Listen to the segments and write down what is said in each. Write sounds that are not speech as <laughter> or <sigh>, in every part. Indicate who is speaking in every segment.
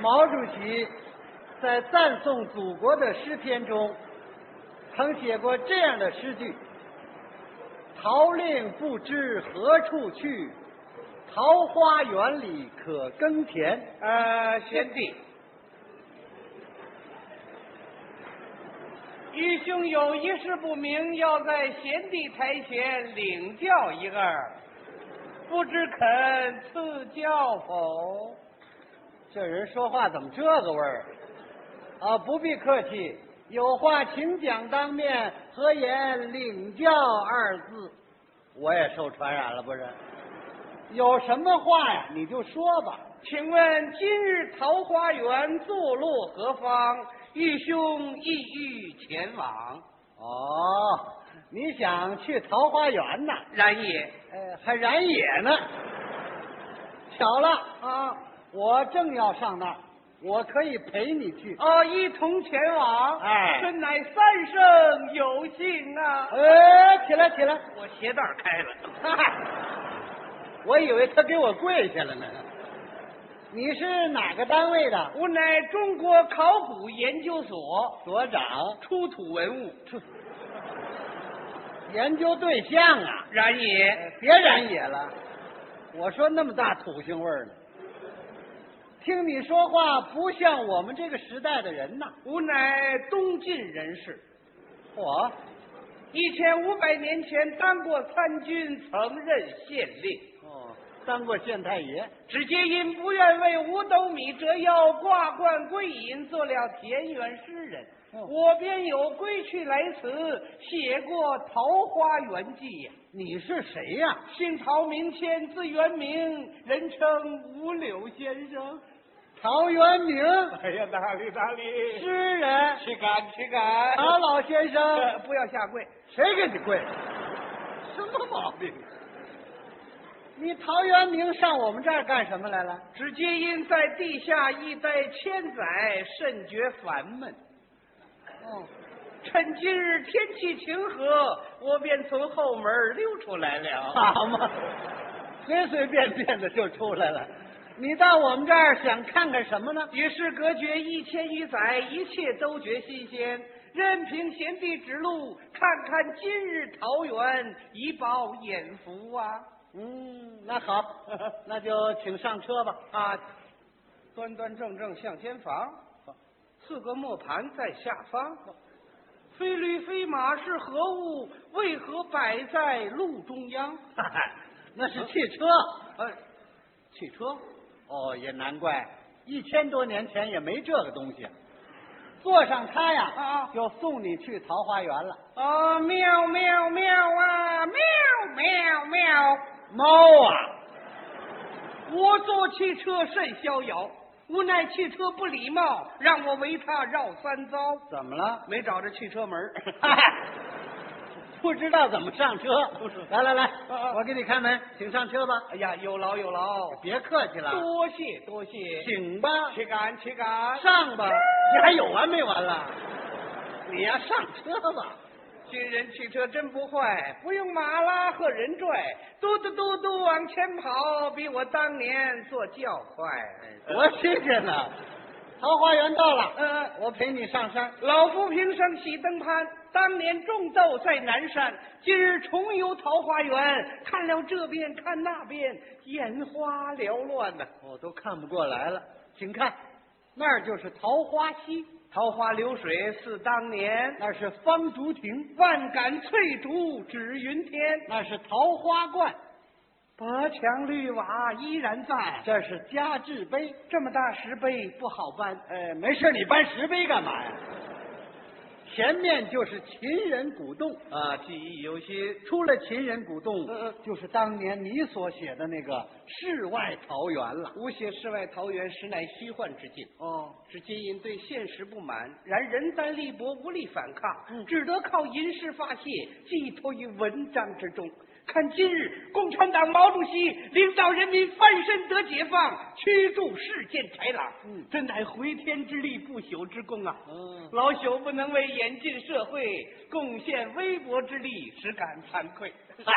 Speaker 1: 毛主席在赞颂祖国的诗篇中，曾写过这样的诗句：“桃令不知何处去，桃花源里可耕田。”
Speaker 2: 呃，贤弟，愚兄有一事不明，要在贤弟台前领教一二，不知肯赐教否？
Speaker 1: 这人说话怎么这个味儿？啊，不必客气，有话请讲当面，何言领教二字？我也受传染了，不是？有什么话呀，你就说吧。
Speaker 2: 请问今日桃花源坐落何方？愚兄意欲前往，
Speaker 1: 哦，你想去桃花源呐？
Speaker 2: 然也。
Speaker 1: 呃，还然野呢。巧了啊，我正要上那儿，我可以陪你去。
Speaker 2: 哦，一同前往，
Speaker 1: 哎
Speaker 2: 真乃三生有幸啊！
Speaker 1: 哎，起来起来！
Speaker 2: 我鞋带开了，
Speaker 1: 嗨，我以为他给我跪下了呢。你是哪个单位的？
Speaker 2: 我乃中国考古研究所
Speaker 1: 所长，
Speaker 2: 出土文物，
Speaker 1: 研究对象啊。
Speaker 2: 然也。
Speaker 1: 别染野了，我说那么大土腥味儿呢。听你说话不像我们这个时代的人呐。
Speaker 2: 吾乃东晋人士，
Speaker 1: 我
Speaker 2: 一千五百年前当过参军，曾任县令。
Speaker 1: 哦，当过县太爷。
Speaker 2: 只皆因不愿为五斗米折腰，挂冠归隐，做了田园诗人。
Speaker 1: 哦
Speaker 2: 我便有《归去来辞》，写过《桃花源记》呀。
Speaker 1: 你是谁呀、
Speaker 2: 姓陶名谦，字元明，人称五柳先生。
Speaker 1: 陶渊明，
Speaker 2: 哎呀，哪里哪里
Speaker 1: 诗人。
Speaker 2: 岂敢岂敢
Speaker 1: 陶老先
Speaker 2: 呃
Speaker 1: 生，
Speaker 2: 不要下跪。
Speaker 1: 谁给你跪？什么毛病？你陶渊明上我们这儿干什么来了？
Speaker 2: 只皆因在地下一待千载，甚觉烦闷。
Speaker 1: 哦，
Speaker 2: 趁今日天气晴和，我便从后门溜出来了。
Speaker 1: 好嘛，随随便便的就出来了。你到我们这儿想看看什么呢？
Speaker 2: 与世隔绝一千余载，一切都觉新鲜。任凭贤弟指路，看看今日桃源，以饱眼福啊！
Speaker 1: 嗯，那好， <laughs> 那就请上车吧。
Speaker 2: 啊，端端正正向前房，四个磨盘在下方。非驴非马是何物？为何摆在路中央？
Speaker 1: <laughs> 那是汽车，
Speaker 2: 呃，
Speaker 1: 嗯汽车。哦，也难怪，一千多年前也没这个东西。啊坐上它呀，
Speaker 2: 啊
Speaker 1: 就送你去桃花源了。
Speaker 2: 啊，喵喵喵啊，喵喵喵！
Speaker 1: 猫啊，
Speaker 2: 我坐汽车甚逍遥，无奈汽车不礼貌，让我为他绕三遭，
Speaker 1: 怎么了？
Speaker 2: 没找着汽车门儿。
Speaker 1: <laughs>
Speaker 2: <laughs>
Speaker 1: 不知道怎么上车
Speaker 2: 不是。
Speaker 1: 来来来
Speaker 2: 啊啊，
Speaker 1: 我给你开门，请上车吧。
Speaker 2: 哎呀，有劳有劳，
Speaker 1: 别客气了，
Speaker 2: 多谢多谢，
Speaker 1: 请吧，
Speaker 2: 岂敢岂敢！
Speaker 1: 上吧。你还有完没完了？你呀，上车吧。
Speaker 2: 军人汽车真不坏，不用马拉和人拽，嘟嘟嘟嘟往前跑，比我当年坐轿快。
Speaker 1: 多新鲜呐！桃花源到了，
Speaker 2: 呃，
Speaker 1: 我陪你上山。
Speaker 2: 老夫平生喜登攀，当年种豆在南山，今日重游桃花源，看了这边看那边，眼花缭乱呐、
Speaker 1: 我都看不过来了，请看，那儿就是桃花溪，
Speaker 2: 桃花流水似当年，
Speaker 1: 那是方竹亭，
Speaker 2: 万杆翠竹指云天。
Speaker 1: 那是桃花观，
Speaker 2: 薄墙绿瓦依然在，
Speaker 1: 这是嘉志碑。
Speaker 2: 这么大石碑不好搬。
Speaker 1: 哎，没事，你搬石碑干嘛呀？前面就是秦人古洞，
Speaker 2: 啊，记忆犹新。
Speaker 1: 出了秦人古洞，
Speaker 2: 嗯嗯
Speaker 1: 呃就是当年你所写的那个世外桃源了。
Speaker 2: 吾写世外桃源，实乃虚幻之境。
Speaker 1: 哦，
Speaker 2: 只皆因对现实不满，然人单力薄，无力反抗，
Speaker 1: 嗯
Speaker 2: 只得靠吟诗发泄，寄托于文章之中。看今日共产党毛主席领导人民翻身得解放，驱逐世间豺狼，
Speaker 1: 嗯
Speaker 2: 真乃回天之力，不朽之功啊！
Speaker 1: 嗯
Speaker 2: 老朽不能
Speaker 1: <laughs>
Speaker 2: 为演进社会贡献微薄之力，实感惭愧。
Speaker 1: 嗨，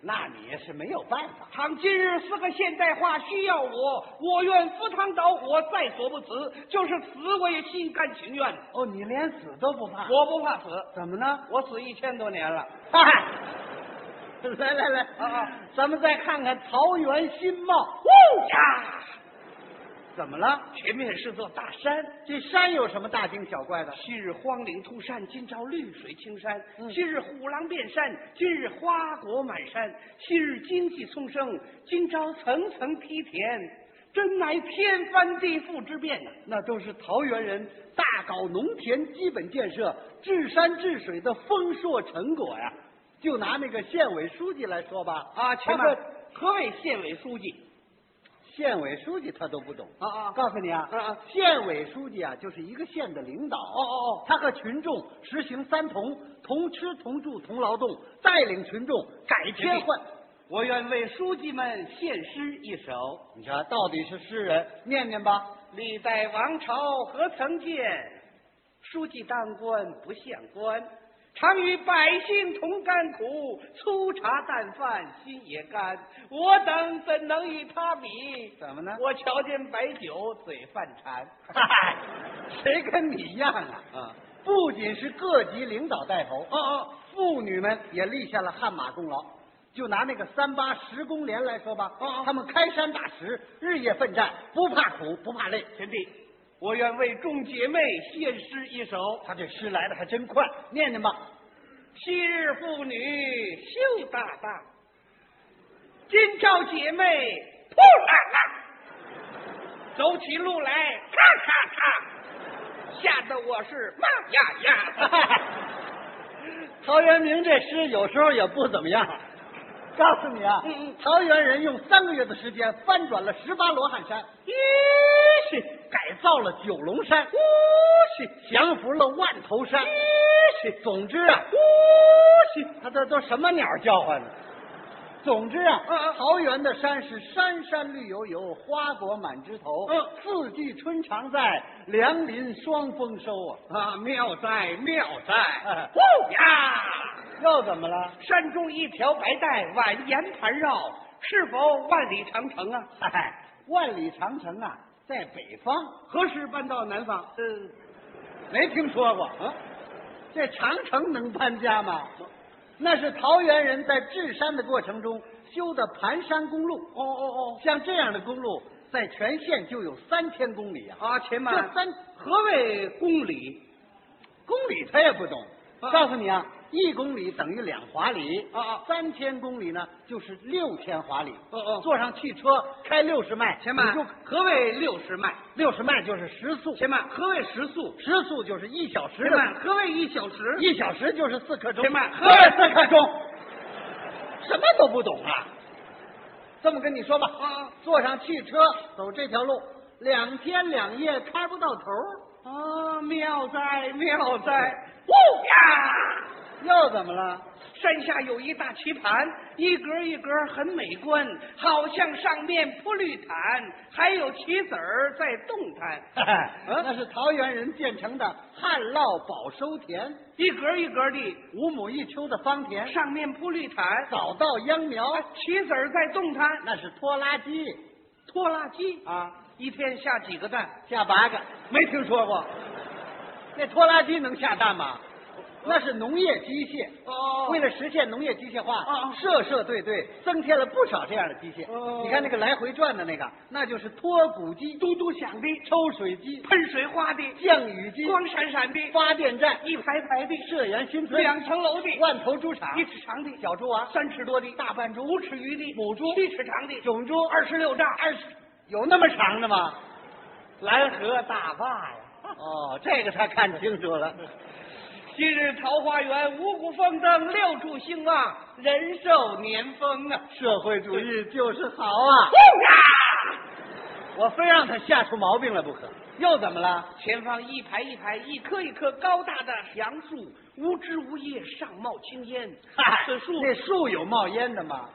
Speaker 1: 那你是没有办法。
Speaker 2: 倘今日四个现代化需要我，我愿赴汤蹈火，在所不辞，就是死我也心甘情愿。
Speaker 1: 哦，你连死都不怕？
Speaker 2: 我不怕死，
Speaker 1: 啊怎么呢？
Speaker 2: 我死一千多
Speaker 1: <laughs>
Speaker 2: 年了。
Speaker 1: 嗨、来来来，
Speaker 2: 啊啊
Speaker 1: 咱们再看看桃园新貌，
Speaker 2: 呜呀！
Speaker 1: 怎么了？
Speaker 2: 前面是座大山，
Speaker 1: 这山有什么大惊小怪的？
Speaker 2: 昔日荒岭突山，今朝绿水青山；
Speaker 1: 嗯
Speaker 2: 昔日虎狼遍山，今日花果满山；昔日荆棘丛生，今朝层层梯田。真乃天翻地覆之变呐、
Speaker 1: 那都是桃园人大搞农田基本建设、治山治水的丰硕成果呀。就拿那个县委书记来说吧，
Speaker 2: 啊，且
Speaker 1: 他
Speaker 2: 慢
Speaker 1: 们，
Speaker 2: 何谓县委书记？
Speaker 1: 县委书记他都不懂。
Speaker 2: 啊啊
Speaker 1: 告诉你啊，
Speaker 2: 啊啊
Speaker 1: 县委书记啊，就是一个县的领导。
Speaker 2: 哦哦哦，
Speaker 1: 他和群众实行三同：同吃、同住、同劳动，带领群众改天换。
Speaker 2: 我愿为书记们献诗一首。
Speaker 1: 你瞧，到底是诗人，念念吧。
Speaker 2: 历代王朝何曾见？书记当官不像官，常与百姓同甘苦，粗茶淡饭心也甘。我等怎能与他比？
Speaker 1: 怎么呢
Speaker 2: 我瞧见白酒嘴犯馋。
Speaker 1: 嗨，谁跟你一样啊？
Speaker 2: 啊，
Speaker 1: 不仅是各级领导带头，
Speaker 2: 哦哦，
Speaker 1: 妇女们也立下了汗马功劳。就拿那个三八十工联来说吧，
Speaker 2: 哦哦
Speaker 1: 他们开山打石，日夜奋战，不怕苦，不怕累。
Speaker 2: <laughs> 贤弟，我愿为众姐妹献诗一首。
Speaker 1: 他这诗来的还真快，念念吧。
Speaker 2: 昔日妇女羞答答，今朝姐妹扑啦啦，走起路来咔咔咔，吓得我是妈呀呀！
Speaker 1: <laughs> 陶渊明这诗有时候也不怎么样。告诉你啊，
Speaker 2: 嗯嗯
Speaker 1: 桃园人用三个月的时间翻转了十八罗汉山，
Speaker 2: 咦
Speaker 1: 是改造了九龙山，
Speaker 2: 呼
Speaker 1: 是降服了万头山，是总之啊，
Speaker 2: 呼
Speaker 1: 他这都什么鸟叫唤呢？总之啊
Speaker 2: 嗯嗯，
Speaker 1: 桃园的山是山山绿油油，花果满枝头。
Speaker 2: 嗯
Speaker 1: 四季春常在，良林双丰收啊！
Speaker 2: 啊，妙哉妙哉
Speaker 1: 哎！
Speaker 2: 呼哦呀！
Speaker 1: 又怎么了？
Speaker 2: 山中一条白带蜿蜒盘绕，是否万里长城啊？
Speaker 1: 嗨，万里长城啊，在北方。
Speaker 2: 何时搬到南方？嗯。
Speaker 1: 没听说过啊？这长城能搬家吗？那是桃园人在治山的过程中修的盘山公路。哦哦哦，像这样的公路，在全县就有三千公里啊！
Speaker 2: 啊，且慢
Speaker 1: 这，三
Speaker 2: 何谓公里？
Speaker 1: 公里他也不懂。
Speaker 2: 啊
Speaker 1: 告诉你啊，一公里等于两华里
Speaker 2: 啊啊
Speaker 1: 三千公里呢就是六千华里。
Speaker 2: 哦哦
Speaker 1: 坐上汽车开六十迈，
Speaker 2: 且
Speaker 1: 你
Speaker 2: 慢
Speaker 1: 就，
Speaker 2: 何谓六十迈？
Speaker 1: 六十迈就是时速，
Speaker 2: 且慢，何谓时速？
Speaker 1: 时速就是一小时
Speaker 2: 且
Speaker 1: 的
Speaker 2: 慢，何谓一小时？
Speaker 1: 一小时就是四刻钟。
Speaker 2: 且慢
Speaker 1: 喝了四刻钟，什么都不懂啊！这么跟你说吧，
Speaker 2: 啊
Speaker 1: 坐上汽车走这条路，两天两夜开不到头儿，
Speaker 2: 啊，妙哉妙哉！呜呀！
Speaker 1: 又怎么了？
Speaker 2: 山下有一大棋盘，一格一格很美观，好像上面铺绿毯，还有棋子儿在动弹。 <laughs>
Speaker 1: 那是桃园人建成的旱涝保收田，
Speaker 2: 一格一格的，
Speaker 1: 五亩一秋的方田，
Speaker 2: 上面铺绿毯，啊
Speaker 1: 早稻秧苗，
Speaker 2: 棋子儿在动弹。
Speaker 1: 那是拖拉机
Speaker 2: 拖拉机
Speaker 1: 啊，
Speaker 2: 一天下几个蛋？
Speaker 1: 下八个，没听说过。那拖拉机能下蛋吗？那是农业机械。
Speaker 2: 哦
Speaker 1: 为了实现农业机械
Speaker 2: 啊
Speaker 1: 化
Speaker 2: 啊，
Speaker 1: 社社对对增添了不少这样的机械
Speaker 2: 哦。
Speaker 1: 你看那个来回转的那个，那就是脱谷机、
Speaker 2: 嘟嘟响的，
Speaker 1: 抽水机、
Speaker 2: 喷水花的，
Speaker 1: 降雨机、
Speaker 2: 光闪闪的，
Speaker 1: 发电站、
Speaker 2: 一排排的，
Speaker 1: 社员新村、
Speaker 2: 两层楼的，
Speaker 1: 万头猪场
Speaker 2: 一、尺长的，
Speaker 1: 小猪娃、
Speaker 2: 啊三尺多的，
Speaker 1: 大半猪、
Speaker 2: 五尺余的，
Speaker 1: 母猪
Speaker 2: 七尺长的，
Speaker 1: 种猪，
Speaker 2: 二十六丈，二十
Speaker 1: 有那么长的吗？
Speaker 2: 蓝河大坝呀。
Speaker 1: 哦，这个他看清楚
Speaker 2: <laughs>
Speaker 1: 了。
Speaker 2: 今日桃花源五谷丰登，六畜兴旺，人寿年丰啊！
Speaker 1: 社会主义就是好啊！
Speaker 2: <laughs>
Speaker 1: 我非让他吓出毛病来不可。又怎么了？
Speaker 2: 前方一排一排、一棵一棵高大的杨树，无枝无叶，上冒青烟。
Speaker 1: <laughs>
Speaker 2: 此树
Speaker 1: 那树有冒烟的吗？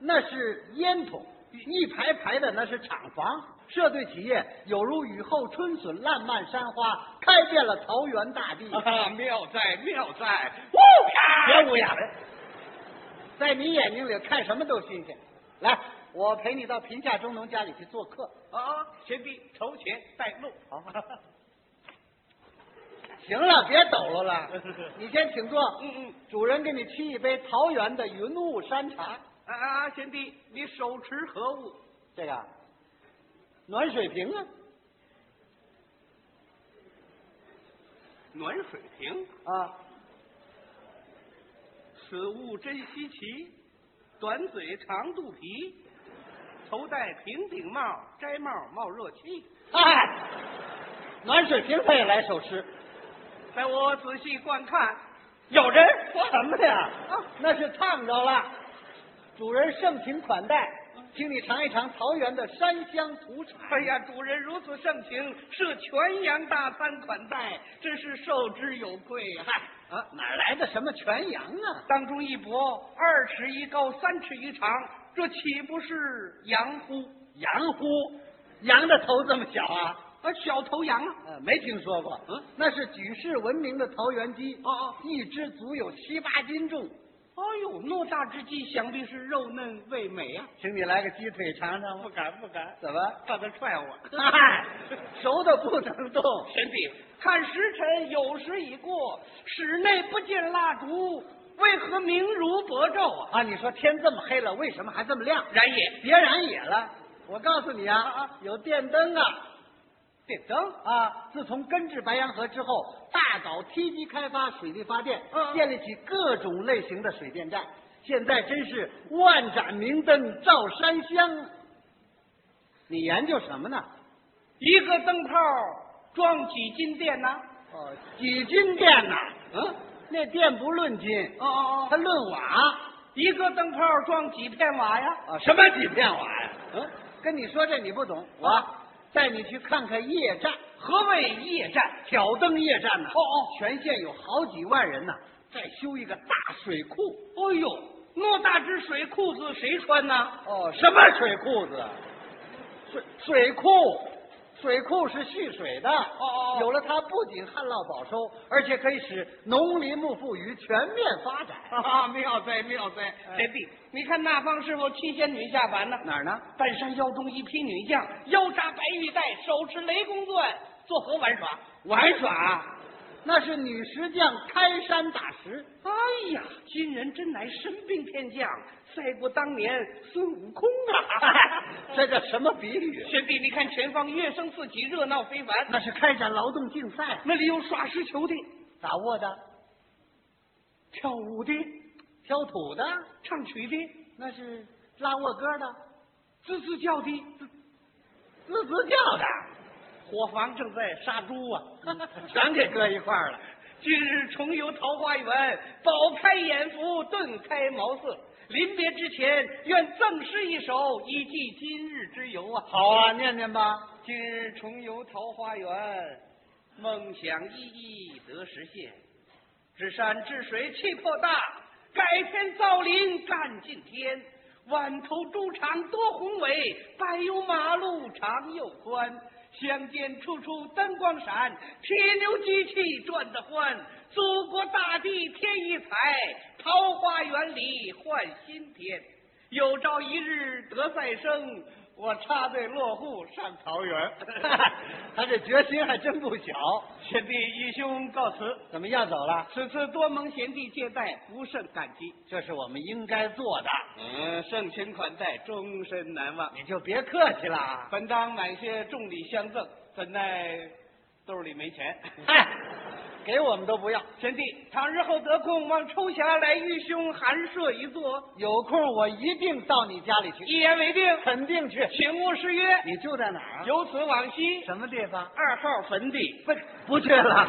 Speaker 1: 那是烟筒，一排排的那是厂房。社队企业有如雨后春笋，烂漫山花，开遍了桃 <laughs> 园大地。
Speaker 2: 啊，妙哉妙哉！呜呀！
Speaker 1: 别乌鸦了，在你眼睛里看什么都新鲜。来，我陪你到贫下中农家里去做客。
Speaker 2: 啊，贤弟筹钱带路。 <laughs>
Speaker 1: 好，行了，别抖搂
Speaker 2: <laughs>
Speaker 1: 了，你先请坐。
Speaker 2: 嗯嗯，
Speaker 1: 主人给你沏一杯桃园的云雾山茶，
Speaker 2: 啊啊，贤弟，你手持何物？
Speaker 1: 这个暖水瓶啊
Speaker 2: 暖水瓶，
Speaker 1: 啊，
Speaker 2: 此物真稀奇，短嘴长肚皮，头戴平顶帽，摘帽冒热气。
Speaker 1: 哎，暖水瓶他也来首诗，
Speaker 2: 待我仔细观看，
Speaker 1: 有人说什么呀？
Speaker 2: 啊
Speaker 1: 那是烫着了。主人盛情款待，请你尝一尝桃园的山乡土产。
Speaker 2: 哎呀，主人如此盛情，设全羊大餐款待，真是受之有愧。嗨，
Speaker 1: 啊，哪儿来的什么全羊啊？
Speaker 2: 当中一搏，二尺一高，三尺一长，这岂不是羊乎？
Speaker 1: 羊乎，羊的头这么小啊？
Speaker 2: 啊，小头羊啊！
Speaker 1: 呃，没听说过。
Speaker 2: 嗯，
Speaker 1: 那是举世闻名的桃园鸡。
Speaker 2: 哦哦
Speaker 1: 一只足有七八斤重，
Speaker 2: 哎呦，偌大之鸡，想必是肉嫩味美啊！
Speaker 1: 请你来个鸡腿尝尝吧。
Speaker 2: 敢不敢，
Speaker 1: 怎么？
Speaker 2: 怕他踹我。 <laughs>
Speaker 1: 嗨，熟的不能动。
Speaker 2: 贤弟，看时辰有时已过，室内不见蜡烛，为何明如薄昼啊？
Speaker 1: 啊，你说天这么黑了，为什么还这么亮？
Speaker 2: 然也，
Speaker 1: 别燃野了，我告诉你啊，有电灯啊。
Speaker 2: 电灯
Speaker 1: 啊！自从根治白洋河之后，大搞梯级开发水力发电，
Speaker 2: 嗯
Speaker 1: 建立起各种类型的水电站。现在真是万盏明灯照山乡。你研究什么呢？
Speaker 2: 一个灯泡装几斤电呢？
Speaker 1: 哦，几斤电呐、
Speaker 2: 嗯，
Speaker 1: 那电不论斤，
Speaker 2: 哦哦
Speaker 1: 它，论瓦啊！
Speaker 2: 一个灯泡装几片瓦呀？
Speaker 1: 什么几片瓦呀、
Speaker 2: 嗯，
Speaker 1: 跟你说这你不懂，我
Speaker 2: 啊
Speaker 1: 带你去看看夜战。
Speaker 2: 何谓夜战？
Speaker 1: 挑灯夜战呢、
Speaker 2: 哦哦
Speaker 1: 全县有好几万人呢、在修一个大水库。
Speaker 2: 哦呦，偌大只水裤子谁穿呢？
Speaker 1: 哦，什么水裤子？水水库，水库是蓄水的。哦
Speaker 2: 哦哦
Speaker 1: 有了它，不仅旱涝保收，而且可以使农林牧副渔全面发展。
Speaker 2: 啊，妙哉妙哉！
Speaker 1: 哎
Speaker 2: 贤弟，你看那方是否七仙女下凡呢？
Speaker 1: 哪儿呢？
Speaker 2: 半山腰中一批女将，腰扎白玉带，手持雷公钻，作何玩耍？
Speaker 1: 玩耍，啊那是女石匠开山打
Speaker 2: <laughs>
Speaker 1: 石。
Speaker 2: 哎呀，今人真乃神兵天将，赛过当年孙悟空啊！
Speaker 1: 嗨 <laughs> 这叫什么比喻？
Speaker 2: 贤弟，你看前方乐声四起，热闹非凡，
Speaker 1: 那是开展劳动竞赛，
Speaker 2: 那里有耍石球的、
Speaker 1: 打窝的、
Speaker 2: 跳舞的、
Speaker 1: 挑土的，
Speaker 2: 唱曲的、
Speaker 1: 那是拉沃歌的、
Speaker 2: 吱吱叫的，
Speaker 1: 滋滋叫的，
Speaker 2: 伙房正在杀猪
Speaker 1: <laughs>
Speaker 2: 啊！
Speaker 1: 全给搁一块儿了。
Speaker 2: 今日重游桃花源，饱开眼福，顿开茅塞。临别之前，愿赠诗一首，以寄今日之游啊！
Speaker 1: 好啊，念念吧。 <laughs>
Speaker 2: 今日重游桃花源，梦想一一得实现。治山治水气魄大，改天造林干尽天。碗头猪场多宏伟，柏油马路长又宽。乡间处处灯光闪，铁牛机器转得欢。祖国大地添一彩，桃花源里换新天。有朝一日得再生，我插队落户上桃园。 <laughs>
Speaker 1: 他这决心还真不小。
Speaker 2: 贤弟义兄告辞。
Speaker 1: 怎么要走了？
Speaker 2: 此次多蒙贤弟接待，无甚感激。
Speaker 1: 这是我们应该做的，
Speaker 2: 嗯，盛情款待，终身难忘。
Speaker 1: 你就别客气了啊。
Speaker 2: 本当买些重礼相赠，怎奈兜里没钱。
Speaker 1: 嗨，哎给我们都不要。
Speaker 2: 贤弟，倘日后得空，望抽匣来玉兄寒舍一坐，
Speaker 1: 有空我一定到你家里去，
Speaker 2: 一言为定。
Speaker 1: 肯定去。
Speaker 2: 请勿失约。
Speaker 1: 你住在哪儿啊？
Speaker 2: 由此往西，
Speaker 1: 什么地方？
Speaker 2: 二号坟地。
Speaker 1: 不不去了。